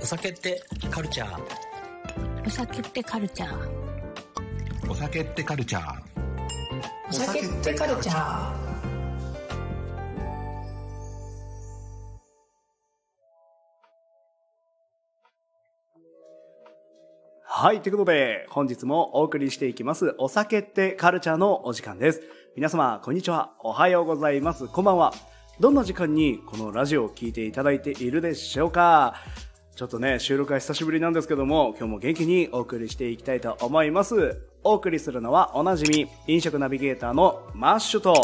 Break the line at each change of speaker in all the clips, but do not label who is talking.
お酒ってカルチャー。
お酒ってカルチャー。
お酒ってカルチャー。
お酒ってカルチャー。
はい、ということで、本日もお送りしていきます、お酒ってカルチャーのお時間です。皆様、こんにちは。おはようございます。こんばんは。どんな時間にこのラジオを聞いていただいているでしょうかちょっとね、収録は久しぶりなんですけども、今日も元気にお送りしていきたいと思います。お送りするのはおなじみ、飲食ナビゲーターのマッシュと、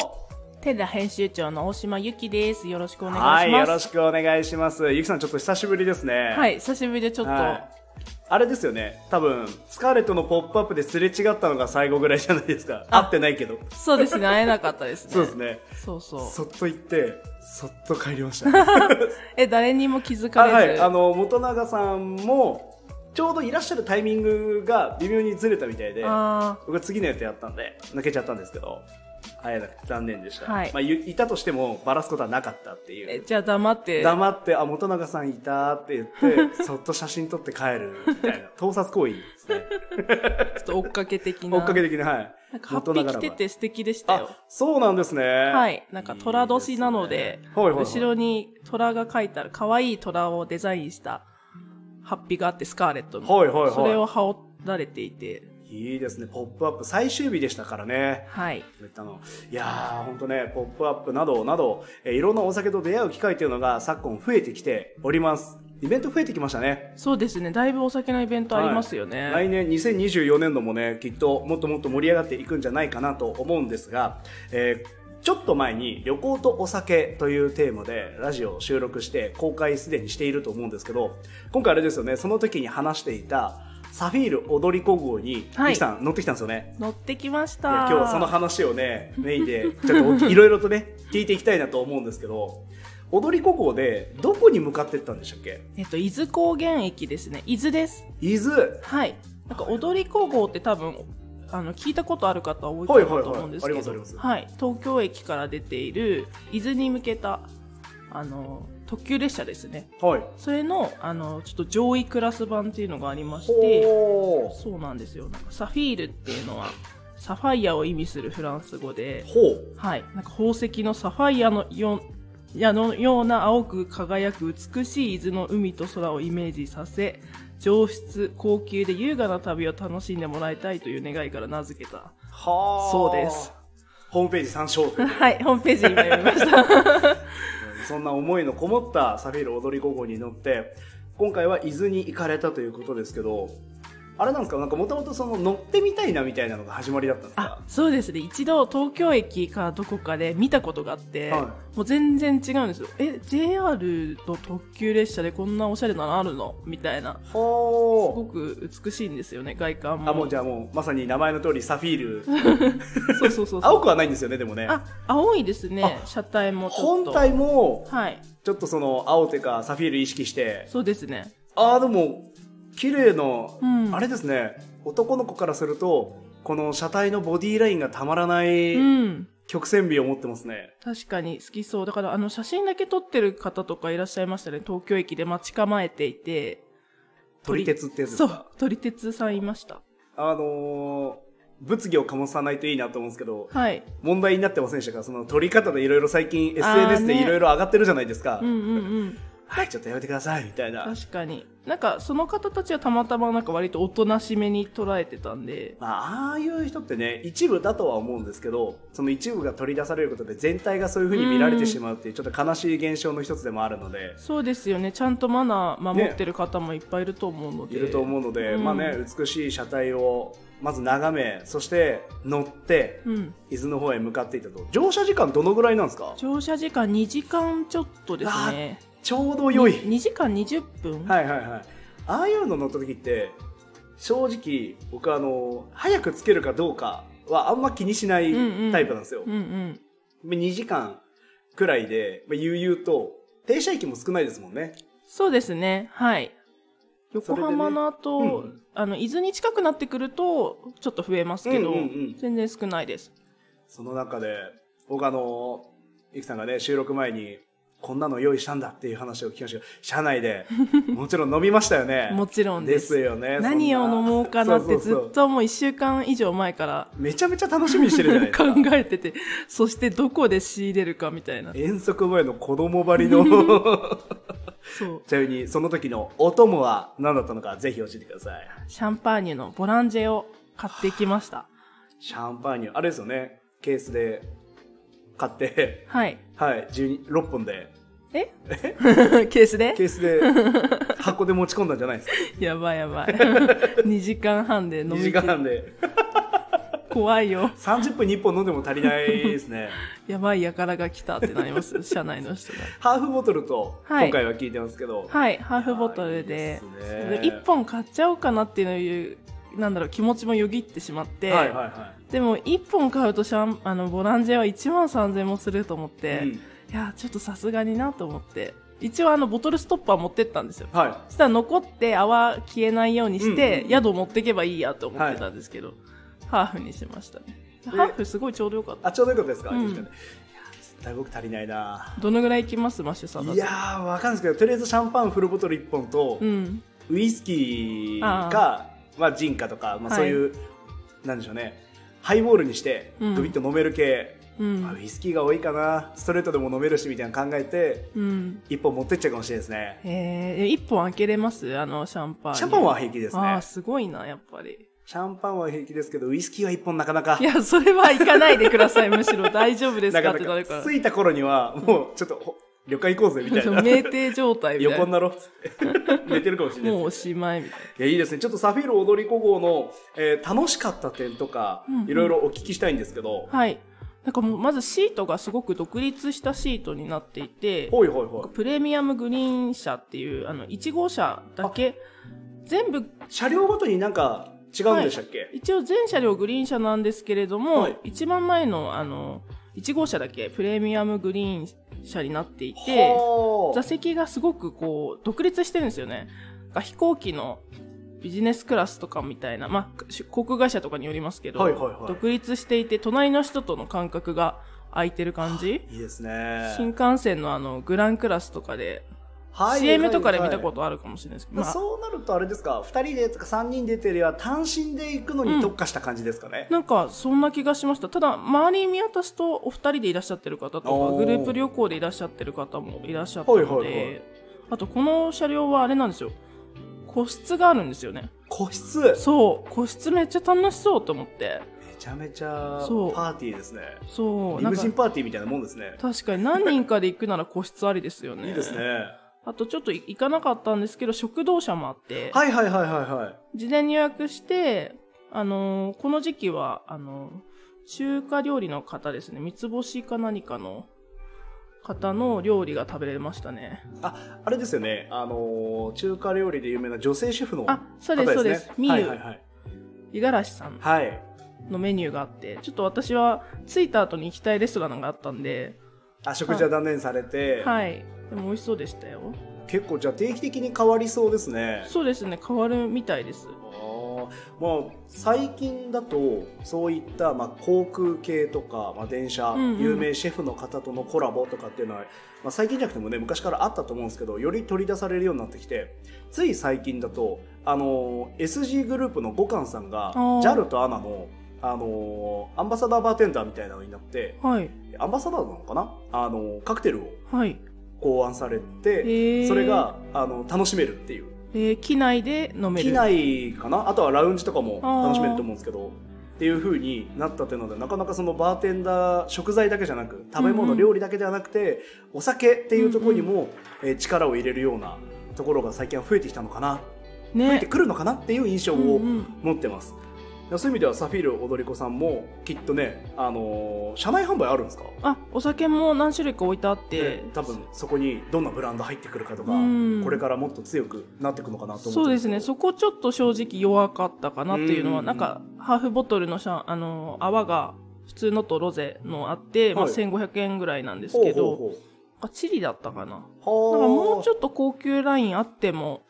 テラ編集長の大島由紀です。よろしくお願いします。
はい、よろしくお願いします。ゆきさん、ちょっと久しぶりですね。
はい、久しぶりでちょっと、
はいあれですよね多分スカーレットの「ポップアップですれ違ったのが最後ぐらいじゃないですか会ってないけど
そうですね、会えなかったです ね。
そうです。ね
そうそう。
そっと行ってそっと帰りました
え、誰にも気づ
あ
か
は
れ
い
ず。
あの元永さんもちょうどいらっしゃるタイミングが微妙にずれたみたいで
あ
僕は次の予定やったんで抜けちゃったんですけど会えなくて残念でした、
はい
まあ、ゆいたとしてもバラすことはなかったってい
ーえ
う
じゃあ黙って。
黙って「あ元永さんいた」って言 ってそっと写真撮って帰るみたいな盗撮行為です ね
ちょっと追っかけ的な。
追っかけ的な、はい。
なんか、ハッピー着てて素敵でしたよ
あ。、そうなんですね。は
はい。なんか、虎年なので、
はいはいはい
後ろに虎が書いてある、可愛い虎をデザインした、ハッピーがあって、スカーレットの。
はいはいはい
それを羽織られていて、
いいですね。ポップアップ最終日でしたからね。
はい。
あのいやー、ほんとね、ポップアップなどなど、えーいろんなお酒と出会う機会というのが昨今増えてきております。イベント増えてきましたね。
そうですね、だいぶお酒のイベントありますよね。
はい来年2024年度もね、きっともっともっと盛り上がっていくんじゃないかなと思うんですが、えーちょっと前に旅行とお酒というテーマでラジオを収録して公開すでにしていると思うんですけど、今回あれですよね、その時に話していたサフィール踊り子号に、
はい
ミキさん乗ってきたんですよね。
乗ってきまし
いや
た。
今日はその話をね、メインで、ちょ っといろいろとね、聞いていきたいなと思うんですけど、踊り子号でどこに向かってったんでしたっけ
えっと、伊豆高原駅ですね。伊豆です。
伊豆
はい。なんか、踊り子号って多分、あの、聞いたことある方は多いか
はい
な
はいはい
と思うんですけ
あります
ど、
あります
はい。東京駅から出ている、伊豆に向けた、あの、特急列車ですね。
はい。
それの、あの、ちょっと上位クラス版っていうのがありまして、
ほー
そうなんですよ。なんかサフィールっていうのは、サファイアを意味するフランス語で、
ほう。
はい。なんか宝石のサファイアのようやのような青く輝く美しい伊豆の海と空をイメージさせ、上質、高級で優雅な旅を楽しんでもらいたいという願いから名付けた。
はあ。
そうです。
ホームページ参照という
はい、ホームページ今読みました。
そんな思いのこもったサフィール踊り5号に乗って、今回は伊豆に行かれたということですけど、あれなんですかなんかもともとその乗ってみたいなみたいなのが始まりだったんです
あ
か、
そうですね。一度東京駅かどこかで見たことがあって、
はい
もう全然違うんですよ。え、JR の特急列車でこんなおしゃれなのあるのみたいな。すご
ほ
く美しいんですよね、外観
ー。
も。
あ、もうじゃあもうまさに名前の通りサフィール。
そうそうそうそう。
青くはないんですよね、でもね。
あ、青いですね。車体もちょっ
本
と。
体も、
はい。
ちょっとその青というかサフィール意識して、
そうですね。
ああ、でも、綺麗な、
ん
あれですね、男の子からすると、この車体のボディラインがたまらない、
うん。
曲線美を持ってますね。
確かに好きそう。だから、あの、写真だけ撮ってる方とかいらっしゃいましたね。東京駅で待ち構えていて。
撮り鉄ってやつです
そ
か
う。撮り鉄さんいました。
あのー、物議を醸さないといいなと思うんですけど、
はい。
問題になってませんでしたかその撮り方でいろいろ最近
あー
SNS で
ね
いろいろ上がってるじゃないですか、
うんう んうん。
はい、ちょっとやめてください、みたいな。
確かに。なんか、その方たちはたまたまなんか割とおとなしめに捉えてたんで。
まあ、ああいう人ってね、一部だとは思うんですけど、その一部が取り出されることで全体がそういう風に見られてしまうっていう、ちょっと悲しい現象の一つでもあるので、
そうですよね。ちゃんとマナー守ってる方もいっぱいいると思うので。
いると思うので、
うん
まあね、美しい車体を、まず眺め、そして乗って、
うん。
伊豆の方へ向かっていったと。乗車時間どのぐらいなんですか
乗車時間2時間ちょっとですね。
ちょうど良い。
2時間20分
はいはいはい。ああいうの乗った時って、正直、僕あの、早くつけるかどうかはあんま気にしない
うんうん
タイプなんですよ。
うんうん。
まあ2時間くらいで、まあ悠々と、停車駅も少ないですもんね。
そうですね。はい。
そ
横
れでね
浜の後、
うん
あの、伊豆に近くなってくると、ちょっと増えますけ
う
ど、
んうんうん
全然少ないです。。
その中で、僕あの、ゆきさんがね、収録前に、こんなの用意したんだっていう話を聞きましたけど、社内で、もちろん飲みましたよね
もちろんです
ですよね。
何を
そんな
飲もうかなっ
そ
て
うそう
ず
そう
っともう1週間以上前から
めちゃめちゃ楽しみにしてるじゃないです
考
か。
えててそしてどこで仕入れるかみたいな
遠足前の子供ばり の。
そう
ちなみに、その時のお供は何だったのか、ぜひ教えてください。
シャンパーニュのボランジェを買ってきました
シャンパーニュ、あれですよね。ケースで買って、
はい
はい、12 6本で、
え ケースで
ケースで箱で持ち込んだんじゃないですか。
やばい やばい2時間半で飲
2
み
時
切
間
る
半で。
怖いよ
30分に1本飲んでも足りないです ね。
やばいやからが来たってな ります社内の人が
ハーフボトルと、
はい
今回は聞いてますけど、
はいハーフボトルで
いいですね
で1本買っちゃおうかなっていうなんだろう気持ちもよぎってしまって、
はいはいは
でも1本買うとシャンあのボランジェは1万3000もすると思っ
い。
て、
うん
いやちょっとさすがになと思って一応あのボトルストッパー持ってったんですよ
は
そしたら残って泡消えないようにし
う
て、
んうん
宿持ってけばいいやと思ってたんですけど、ハーフにしましたねハーフすごいちょうどよかっ
い。
た
あ、ちょうどよかったですか、
うん
確かにいや絶対僕足りないな
どのぐらいいきますマッシュさんだと
いやー、わかんないですけど、とりあえずシャンパンフルボトル1本と、
うん
ウイスキーか、まあ、ジンかとか、まあ、そう
はい
いう、なんでしょうね、ハイボールにして、
うん
グビッと飲める系、
うん
まあウイスキーが多いかな、ストレートでも飲めるし、みたいなの考えて、
うん
1本持ってっちゃうかもしれないですね。
えー、1本開けれますあのシャンパーニュ
シャンパンは平気です
ああ
ね
ー。すごいなやっぱり
シャンパンは平気ですけど、ウイスキーは1本なかなか
い。やそれは行かないでくだ さいむしろ大丈夫です
な
か
か
ってな
な
る
か
か
着いた頃には、もうちょっとほ旅館行こうぜみたい
ら
な。
酩酊状態みたい
横
な
にな ろうっつって寝てるかもしれない
もうお
です
しまいみたい
けど。いや、いいですね。ちょっとサフィール踊り子号の、えー楽しかった点とか
うんう、ん
いろいろお聞きしたいんですけど、
なはいなんかもうまずシートがすごく独立したシートになっていて
ほいほいほい。
プレミアムグリーン車っていうあの1号車だけ全部
車両ごとになんか違うんでしたっけ、
一応全車両グリーン車なんですけれども、
はい
一番前のあの1号車だけプレミアムグリーン車になっていて
は
座席がすごくこう独立してるんですよね。なんか飛行機のビジネスクラスとかみたいな、まあ、し航空会社とかによりますけど、
はいはいはい
独立していて隣の人との間隔が空いてる感じ
いいですね。
新幹線のあのグランクラスとかで、
はい。
CM とかで見たこととあるかもしれないですけど、
まあそうなるとあれですか、2人でとか3人でというよりは単身で行くのに特化した感じですかね。
なんかそんな気がしましたただ周り見渡すとお二人でいらっしゃってる方とか
おー
グループ旅行でいらっしゃってる方もいらっしゃったので、
はいはいはい
あとこの車両はあれなんですよ個室があるんですよね
個室
そう個室めっちゃ楽しそうと思って
めちゃめちゃ
そう
パーティーですね。
そう
リ
なん
ム
か
ジンパーティーみたいなもんですね。
確かに何人かで行くなら個室ありですよね
いいですね。
あとちょっと行かなかったんですけど食堂車もあって、
はいはいはいはいはい。
事前に予約してあのーこの時期はあのー中華料理の方ですね三つ星か何かの方の料理が食べれましたね
あ、あれですよね。あのー中華料理で有名な女性シェフの方
あそう
で
ですす
ね。
そうですみ
はい
ゆ
はいはい。
五十嵐さん
はい。
のメニューがあってちょっと私は着いた後に行きたいレストランがあったんで
あ、食事は断念されて、
はいでも美味しそうでしたよ
結構じゃあ定期的に変わりそうですね。
そうですね変わるみたいです
あーまあ、最近だとそういった、まあ、航空系とか、まあ、電車、
んうん
有名シェフの方とのコラボとかっていうのは、まあ、最近じゃなくてもね昔からあったと思うんですけどより取り出されるようになってきてつい最近だとあのー SG グループの五感さんが
ー
JAL と ANA のあのーアンバサダーバーテンダーみたいなのになって
はい
アンバサダーなのかなあのーカクテルを
はい
考案されて
ー
それがあの楽しめるっていう。
えー機内で飲める
機内かなあとはラウンジとかも
あー
楽しめると思うんですけどっていう風になったというのでなかなかそのバーテンダー食材だけじゃなく食べ
うん
物、
うん
料理だけではなくてお酒っていうところにも、えー力を入れるようなところが最近は増えてきたのかな増えて
ね
くるのかなっていう印象を
うんうん
持ってます、そういう意味ではサフィール踊り子さんもきっとね、あのー車内販売あるんですか
あお酒も何種類か置いてあって
で多分そこにどんなブランド入ってくるかとか
うん
これからもっと強くなっていくのかなと思って
そうですね
そ
そこちょっと正直弱かったかなっていうのは、
うん
なんかハーフボトルのシャンあの泡が普通のとロゼのあって、まあ、
はい
1500円ぐらいなんです
う
けど
ほうほう
あチリだったかな
ほ
なんかもうち
ょっ
ょっと高級ラインあっても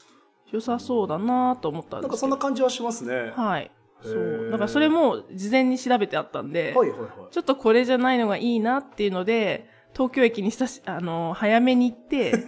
良さそうだなと思ったん
なん
で
か
すけ
そん
ど
な感じはしますね。は
はいそ
へ
う
ー
だからそれも事前に調べてあったんで、
いはいはい。
ちょっとこれじゃないのがいいなっていうので東京駅に久し、あの、早めに行って、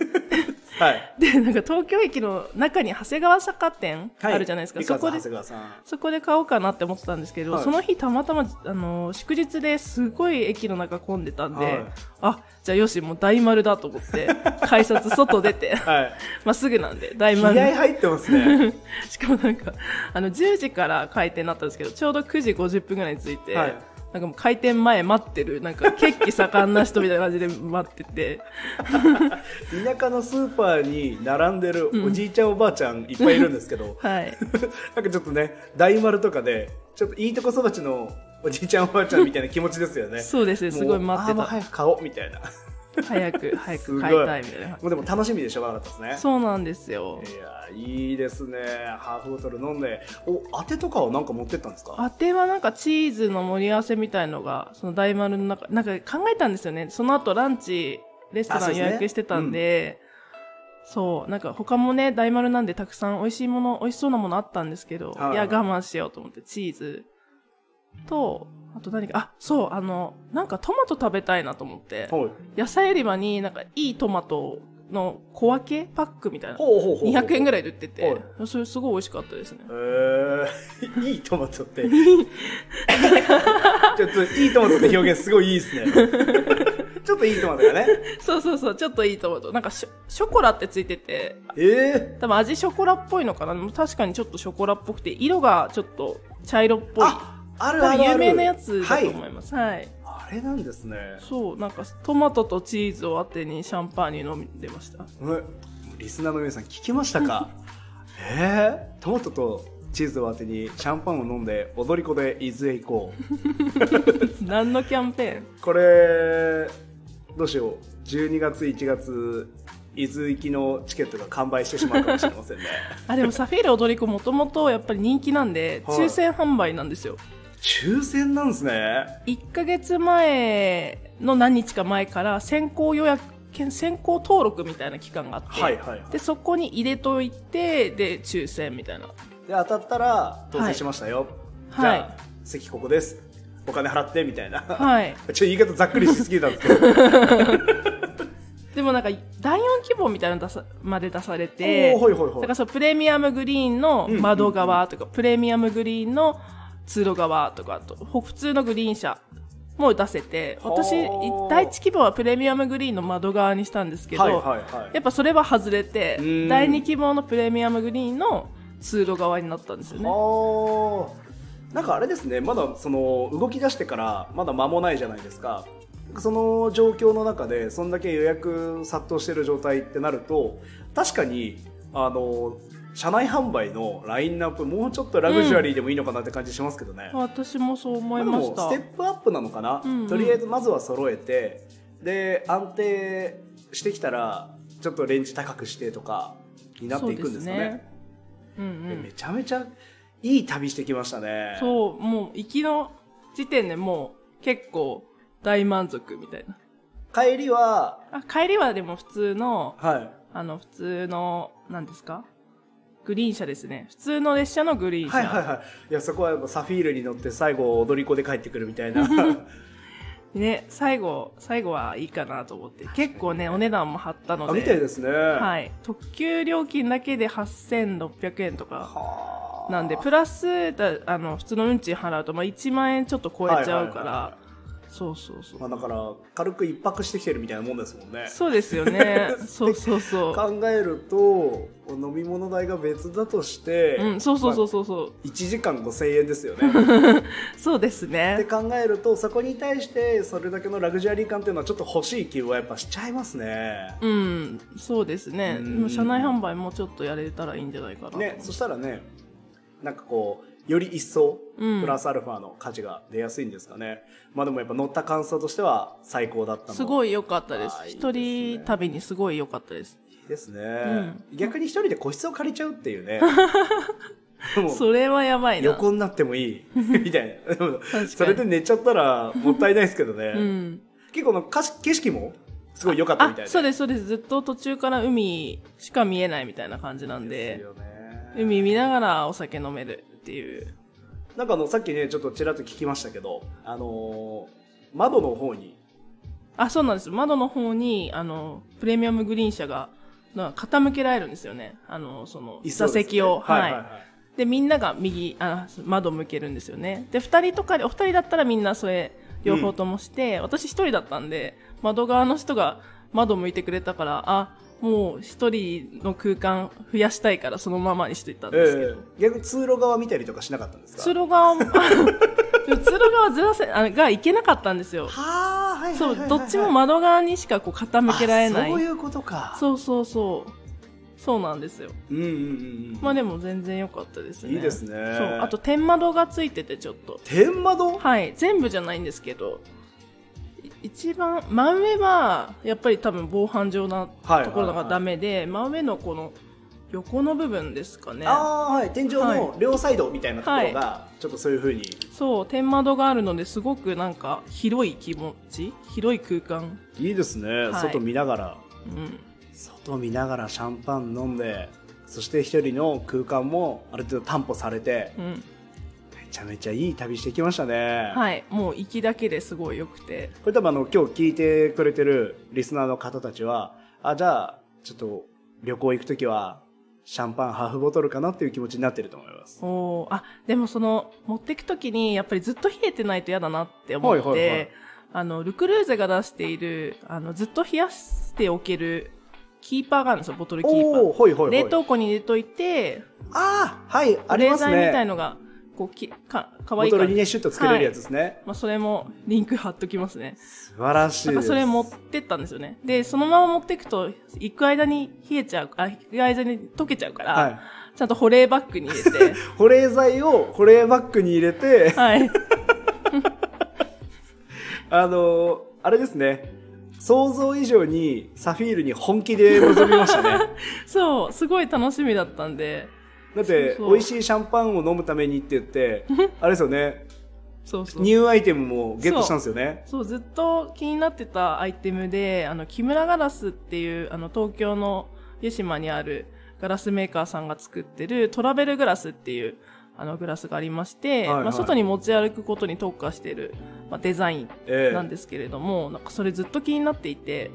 はい。
で、なんか東京駅の中に長谷川酒店店あるじゃないですか。
はい
そこで
美川さん長、谷川さん。
そこで買おうかなって思ってたんですけど、
はい
その日たまたま、あの、祝日ですごい駅の中混んでたんで、
はい
あ、じゃあよし、もう大丸だと思って、改札外出 て、
はい。
まあすぐなんで、大
気
丸。
合入ってます ね。
しかもなんか、あの、10時から開店だったんですけど、ちょうど9時50分ぐらいに着いて、
はい
なんかもう開店前待ってる、なんか、血気盛んな人みたいな感じで待って て、
田舎のスーパーに並んでるおじいちゃんおばあちゃんいっぱいいるんですけ ど、
はい。
なんかちょっとね、大丸とかで、ちょっといいとこ育ちのおじいちゃんおばあちゃんみたいな気持ちですよね。
そうですね、すごい待って
もうあーもう
た。
早く買おうみた いな。
早く、早
すご
く
い
買いたいみたいな。
もうでも楽しみでしょうがなかったですね。
そうなんですよ。
いやーいいですね。ハーフボトル飲んで。お、当てとかはなんか持ってったんですか
あてはなんかチーズの盛り合わせみたいのが、その大丸の中、なんか考えたんですよね。その後ランチ、レスト
あ
ラ
そう
ン
です
予
ね
約してたんで、そうなんか他もね、大丸なんでたくさん美味しいもの、美味しそうなものあったんですけど、
はい
いや、我慢しようと思って、チーズと、あと何か、あ、そう、あの、なんかトマト食べたいなと思って、
はい。
野菜売り場になんかいいトマトの小分けパックみたいな、
ほうほうほうほう。
200円ぐらい
で。
で売って
は
て、それすごい美味しかったですね
え。ー、いいトマトっ て。ちょっといいトマトって表現すごいいいですね。ちょっといいトマトがね。
そうそうそう、ちょっといいと思うと。なんかショ、ショコラってついてて、
えー、
多分味ショコラっぽいのかなでも確かにちょっとショコラっぽくて、色がちょっと茶色っぽい。
あ、ある
多
あ
分
るある。
有名なやつだ
は
と
い。
思います。はい。
あれなんですね。
そう、なんかトマトとチーズを当てにシャンパーニュ飲んでました。
えリスナーの皆さん聞きましたかえー、トマトとチーズを当てにシャンパンを飲んで踊り子で伊豆へ行こう
何のキャンペーン
これどうしよう12月1月伊豆行きのチケットが完売してしまうかもしれませんね
あ、でもサフィール踊り子もともとやっぱり人気なんで、
はい
抽選販売なんですよ。
抽選なんですね
1ヶ月前の何日か前から先行予約、先行登録みたいな期間があって、
はいはいはい
でそこに入れといてで抽選みたいな
で当たったら当選しましたよ、
はい
じゃあ、
はい
席ここですお金払ってみたいな、
はい
ちょっと言い方ざっくりしすぎたんですけど
でもなんか第4希望みたいなの出さまで出されて
おーはいはいはい
だからそうプレミアムグリーンの窓側とか、プレミアムグリーンの通路側とかあとほ普通のグリーン車も出せて私
はあ
第1希望はプレミアムグリーンの窓側にしたん ですけど、
はいはいはい
やっぱそれは外れて
うん
第2希望のプレミアムグリーンの通路側になったんですよね
ああなんかあれですねまだその動き出してからまだ間もないじゃないですかその状況の中でそんだけ予約殺到してる状態ってなると確かにあの車内販売のラインナップもうちょっとラグジュアリーでもいいのかなって感じしますけどね、
私もそう思い
で
ま
も
した
ステップアップなのかな、
うんうん
とりあえずまずは揃えてで安定してきたらちょっとレンジ高くしてとかになっていくんですかね
そうですね。うんう
で
ん
め。ちゃめちゃいい旅してきましたね
そう、もう、行きの時点でもう、結構、大満足みたいな。
帰りは、
あ、帰りはでも普通の、
は
あの、普通の、何ですかグリーン車ですね。普通の列車のグリー
い、
ン車。
はいはいはいいやそこはやっぱサフィールに乗って最後踊り子で帰ってくるみた いな
ね、最後、最後はいいかなと思って。結構ね、お値段も張ったの
あ
で。
みたいですねは
はい。特急料金だけで8600円とか。
あ
なんで、プラス、だあの、普通の運賃払うと、まあ、1万円ちょっと超えちゃ
は
うから、
いはいはいは
そうそうそう
ま。あだから軽く一泊してきてるみたいなもんですもんね
そうですよ ね。そうそうそ
考えると飲み物代が別だとして、
う。うん、そうそうそうそうそう。
1時間5000円ですよ ね
そうです
って
ね。
考えるとそこに対してそれだけのラグジュアリー感っていうのはちょっと欲しい気はやっぱしちゃいますね
うん、そうですね。
う
で
ん
も社内販売もちょっとやれたらいいんじゃないかな。
ね、そしたらねなんかこうより一層
うん
プラスアルファの価値が出やすいんですかね、まあでもやっぱ乗った感想としては最高だったの
すご
い
い良かったで
あー
す。
いいです
一
ね
人旅にすごい良かったです。
ですね、
ん
逆に一人で個室を借りちゃうっていう ねもう
それはやばいな。
横になってもいいみたいなでも
かに
それで寝ちゃったらもったいないですけどね、
うん。
結構のかし景色もすごい良かったみ
あ
たい、で
そうです、そうです。ずっと途中から海しか見えないみたいな感じなん
です
で、
よね
海見ながらお酒飲めるっていう。
なんかあのさっきねちょっとちらっと聞きましたけどあのー窓の方に
あ、そうなんです。窓の方に、あの、プレミアムグリーン車が、なんか傾けられるんですよね。あの、その、座席を。
そうですね
はい。で、みんなが右、あ窓向けるんですよね。で、二人とかで、お二人だったらみんなそれ、両方ともして、私一人だったんで、窓側の人が窓向いてくれたから、あ、もう一人の空間増やしたいからそのままにしていたんですけど。
ええ逆に通路側見たりとかしなかったんですか
通路 側も、あの通路側ずらせ、あのが行けなかったんですよ。
はあ、はいはいはい
そ、
はいう
どっちも窓側にしかこう傾けられな
あそうい
い。
うことか
そうそうそう。そうなんですよ。
うんうんうんうん
まあでも全然良かったですね。
いいですね
そう。あと天窓がついててちょっと。
天窓
はい。全部じゃないんですけど、い一番、真上は、やっぱり多分防犯上な
はい
ところだからダメで、真上のこの横の部分ですかね。
ああーはい天井の両サイドみたいなところがちょっとそういうふうに
そう、天窓があるのですごくなんか広い気持ち広い空間。
いいですね、
い
外見ながら
うん。
外見ながらシャンパン飲んでそして一人の空間もある程度担保されて
うん。
めちゃめちゃいい旅してきましたね、
はい。もう行きだけですごい良くて。
これ多分あの今日聞いてくれてるリスナーの方たちはあじゃあちょっと旅行行く時はシャンパンハーフボトルかなっていう気持ちになってると思います
おーあ、でもその、持ってくときに、やっぱりずっと冷えてないと嫌だなって思って、
はいはいはい
あの、ルクルーゼが出している、あの、ずっと冷やしておける、キーパーがあるんですよ、ボトルキーパー。
おおほいほいほい
冷凍庫に入れといて、
ああはいあり
冷
ます
剤みた
ね
いのが、こう、きか、かわ
ボ
いいか
ト
ら
ルにねシュッとつけれるやつですね、
まあ、それも、リンク貼っときますね。
素晴らしい
なん
で
か
す
それ持ってったんですよね。で、そのまま持ってくと、行く間に冷えちゃう、あ、行く間に溶けちゃうから、
はい
ちゃんと保冷バッグに入 れて、
保冷剤を保冷バッグに入れて
はい。
あのーあれですね想像以上にサフィールに本気で臨みましたね
そう、すごい楽しみだったんで、
だって
そうそう
美味しいシャンパンを飲むためにって言って あれですよね
そうそう。
ニューアイテムもゲットしたんですよね
そう、ずっと気になってたアイテムで、あの、木村ガラスっていう、あの、東京の湯島にあるガラスメーカーさんが作ってるトラベルグラスっていう、あの、グラスがありまして、
はいはい
まあ、外に持ち歩くことに特化してる、まあ、デザイン
ええ
なんですけれども、なんかそれずっと気になっていて、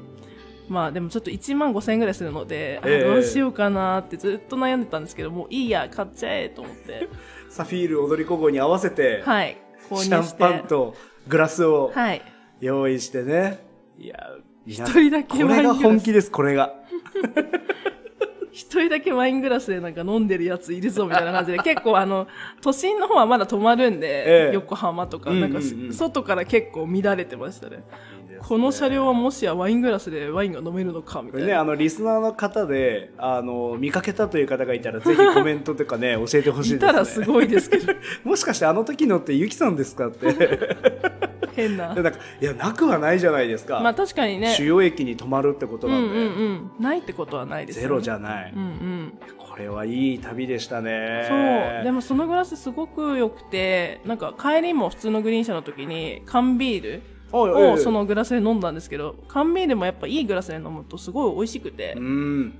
まあでもちょっと1万5千円ぐらいするので、あ
ええ
どうしようかなってずっと悩んでたんですけど、もういいや、買っちゃえと思って、
サフィール踊り子号に合わせて、
はい、購入
シ
して。
ャンパンとグラスを
はい。
用意してね、いや一
一人だ
こ
けワイン
れ
グラ
が
ス
本気ですこれが
一人だけワイングラスでなんか飲んでるやついるぞみたいな感 じで、結構あの、都心の方はまだ泊まるんで
え、え
横浜とか、
うんうん
な
うん
んかし外から結構乱れてましたね。この車両はもしやワイングラスでワインが飲めるのかみ
こ
た
れ
い
ねあ
な。
のリスナーの方であの見かけたという方がいたらぜひコメントとか ね教えてほしいです、ね、
いたらすごいですけど、
もしかしてあの時のってゆきさんですかってで
変
な
な。
んかいやなくはないじゃないですか、
まあ確かにね、
主要駅に泊まるってこと
うん
な
うん
で、
んうん。ないってことはないですよ
ゼ
ね。
ロじゃ
ん。
ない、
うんうん。
これはいい旅でしたね
そう。でもそのグラスすごく良くて、なんか帰りも普通のグリーン車の時に缶ビール
おいおいお
を
い
そのグラスで飲んだんですけど、缶ビールもやっぱいいグラスで飲むとすごい美味しくて、
うん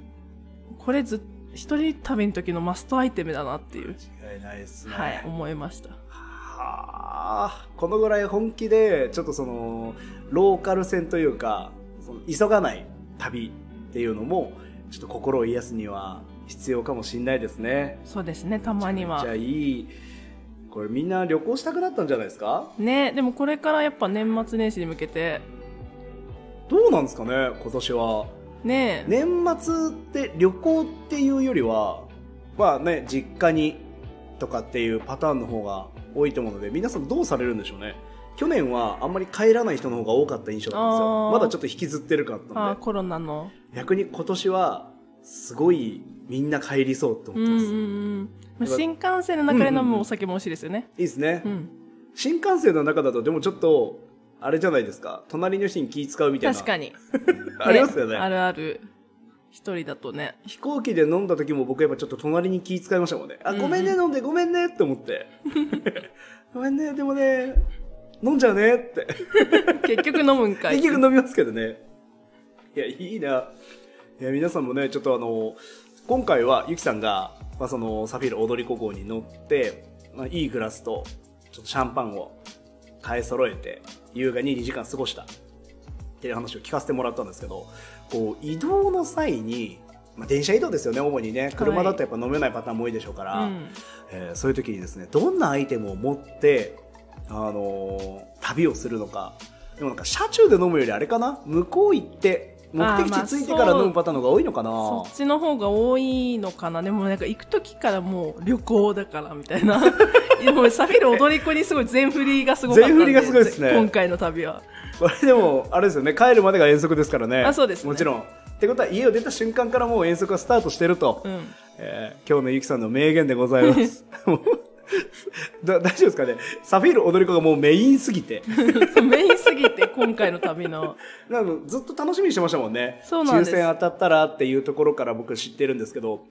これずっ一人旅の時のマストアイテムだなっていう、
違いないですね、
はい、思いました。
はあこのぐらい本気でちょっとそのローカル線というかその急がない旅っていうのもちょっと心を癒すには必要かもしれないですね
そうですね、たまには
じゃ。あいいこれみんな旅行したくなったんじゃないですか
ね、でもこれからやっぱ年末年始に向けて、
どうなんですかね今年は
ね
年末って旅行っていうよりはまあね実家にとかっていうパターンの方が多いと思うので皆さんどうされるんでしょうね去年はあんまり帰らない人の方が多かった印象なんです
あ
よ
ー
まだちょっと引きずってるかった
あー
ので
コロナの。
逆に今年はすごいみんな帰りそうって
う
思
ん
っ
う
て
ん
ます、
う
い
んまあ。新幹線の中で飲むお酒も美味しいですよね。
いですね、
うん。
新幹線の中だとでもちょっとあれじゃないですか隣の人に気使うみたいな
確かに。
ありますよ
あ
ね
るある。一人だとね。
飛行機で飲んだ時も僕やっぱちょっと隣に気遣いましたもんね。あ、
うん
ごめんね、飲んで、ごめんねって思 って。ごめんね、でもね、飲んじゃうねって。
結局飲むんかい。
結局飲みますけどね。いや、いいな。いや、皆さんもね、ちょっとあの、今回はゆきさんが、まあ、その、サフィール踊り子号に乗って、まあ、いいグラスと、ちょっとシャンパンを買い揃えて、優雅に2時間過ごした。っっていう話を聞かせてもらったんですけどこう移動の際に、まあ、電車移動ですよね主にね車だとやっぱ飲めないパターンも多いでしょうから、
うん
えーそういう時にですねどんなアイテムを持って、あのー旅をするのかでもなんか車中で飲むよりあれかな向こう行って目的
あーまあ
地着いてから
そう
飲むパターンの方が多いのかな、
そっちの方が多いのかなでもなんか行く時からもう旅行だからみたいな でもサフィール踊り子にすごい全振りがすごかったん
全振りがすごいですね
今回の旅は
これでもあれですよね帰るまでが遠足ですからね
あそうですね
もちろんってことは家を出た瞬間からもう遠足がスタートしてると、
うん
えー今日のゆきさんの名言でございます もうだ大丈夫ですかねサフィール踊り子がもうメインすぎて
メインすぎて今回の旅の
なんかずっと楽しみにしてましたもんね
そうなんです
抽選当たったらっていうところから僕知ってるんですけど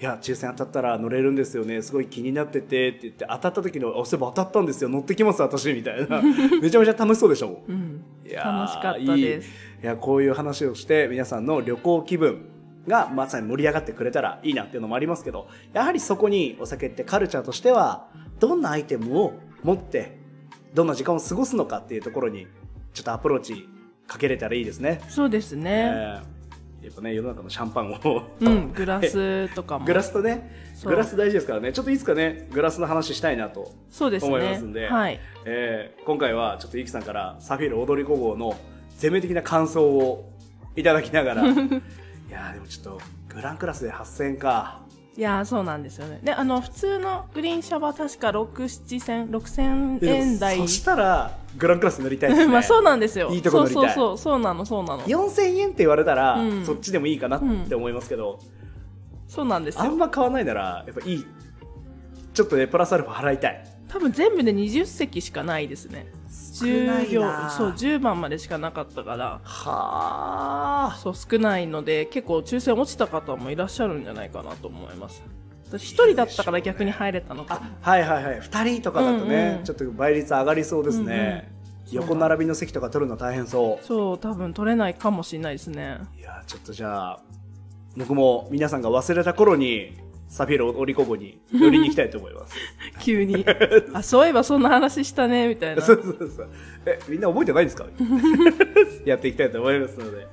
いや抽選当たったら乗れるんですよねすごい気になっててって言って当たった時の「あそういえば当たったんですよ乗ってきます私」みたい なめちゃめちゃ楽しそうでしたもん
うん
いやー
楽しかったで
い
す
いいやこういう話をして皆さんの旅行気分がまさに盛り上がってくれたらいいなっていうのもありますけどやはりそこにお酒ってカルチャーとしてはどんなアイテムを持ってどんな時間を過ごすのかっていうところにちょっとアプローチかけれたらいいですね。
そうです
え
ね、
ーやっぱね世の中のシャンパンを
うんグラスとかも
グラスとね
そう
グラス大事ですからねちょっといつかねグラスの話したいなと
そうですね
思いますんで、
はい
えー今回はちょっとゆきさんからサフィール踊り子号の全面的な感想をいただきな がらいやーでもちょっとグランクラスで8000か
いやーそうなんですよねであの普通のグリーン車は確か6 7千6000
でも
円台
そしたらグランクラス乗りたいですね
まあそうなんですよ
いいとこ乗りたい
そうそうそうそうなのそうなの
4000円って言われたら、
うん
そっちでもいいかなって思いますけど、
そうなんです
あん
よ
ま買わないならやっぱいいちょっとねプラスアルファ払いたい
多分全部で20席しかないですね10
少ないな
行そう10番までしかなかったから
はあ
そう少ないので結構抽選落ちた方もいらっしゃるんじゃないかなと思います私1人だったから逆に入れたのか
あはいはいはい2人とかだとね、
うんうん
ちょっと倍率上がりそうですね、横並びの席とか取るの大変そう
そう多分取れないかもしれないですね
いやーちょっとじゃあ僕も皆さんが忘れた頃にサフィーロ折りこぼ に寄りに行きたいと思います
急にあそういえばそんな話したねみたいな
そうそうそうえみんな覚えてないんですか やっていきたいと思いますので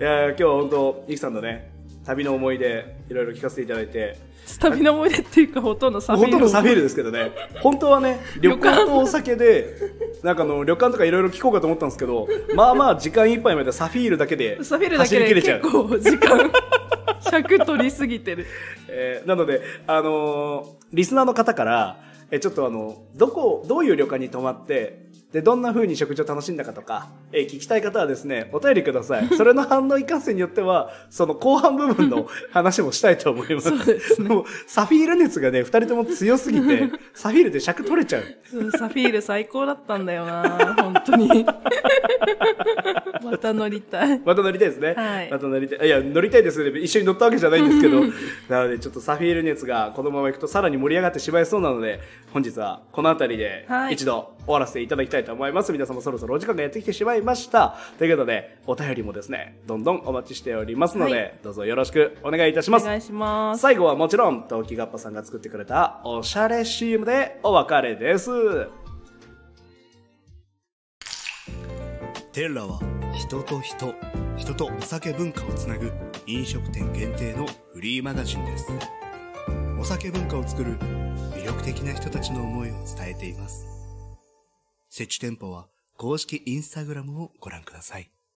いやー今日は本当ゆきさんのね旅の思い出いろいろ聞かせていただいて
旅の思い出っていうかほとんどサフィ
ほ
ー
とんどサフィールですすけどね本当はね旅行とお酒でなんかあの旅館とかいろいろ聞こうかと思ったんですけどまあまあ時間いっぱいまでサフィールだけで
サフィールだ
走
け
り切
で
れちゃ
結
う
構時間尺取りすぎてる
えーなので、あのーリスナーの方から、えーちょっとあの、どこ、どういう旅館に泊まって、で、どんな風に食事を楽しんだかとか、えー聞きたい方はですね、お便りください。それの反応いかんせんによっては、その後半部分 の話もしたいと思います。
そうです
もうサフィール熱がね、二人とも強すぎて、サフィールで尺取れちゃう。
うんサフィール最高だったんだよな本当 にまた乗りたい
また乗りたいですね。
はい
また乗りたい。いや、乗りたいですね。一緒に乗ったわけじゃないんですけ ど。なので、ちょっとサフィール熱がこのままいくとさらに盛り上がってしまいそうなので、本日はこの辺りで
はい
一度終わらせていただきたいと思います。皆様そろそろお時間がやってきてしまいました。ということで、お便りもですね、どんどんお待ちしておりますので、
はい
どうぞよろしくお願いいたし
お
ます。
願いします
最後はもちろん、トウキガッパさんが作ってくれたおしゃれ CM でお別れです。
テッラは人と人、人とお酒文化をつなぐ飲食店限定のフリーマガジンです。お酒文化を作る魅力的な人たちの思いを伝えています。設置店舗は公式インスタグラムをご覧ください。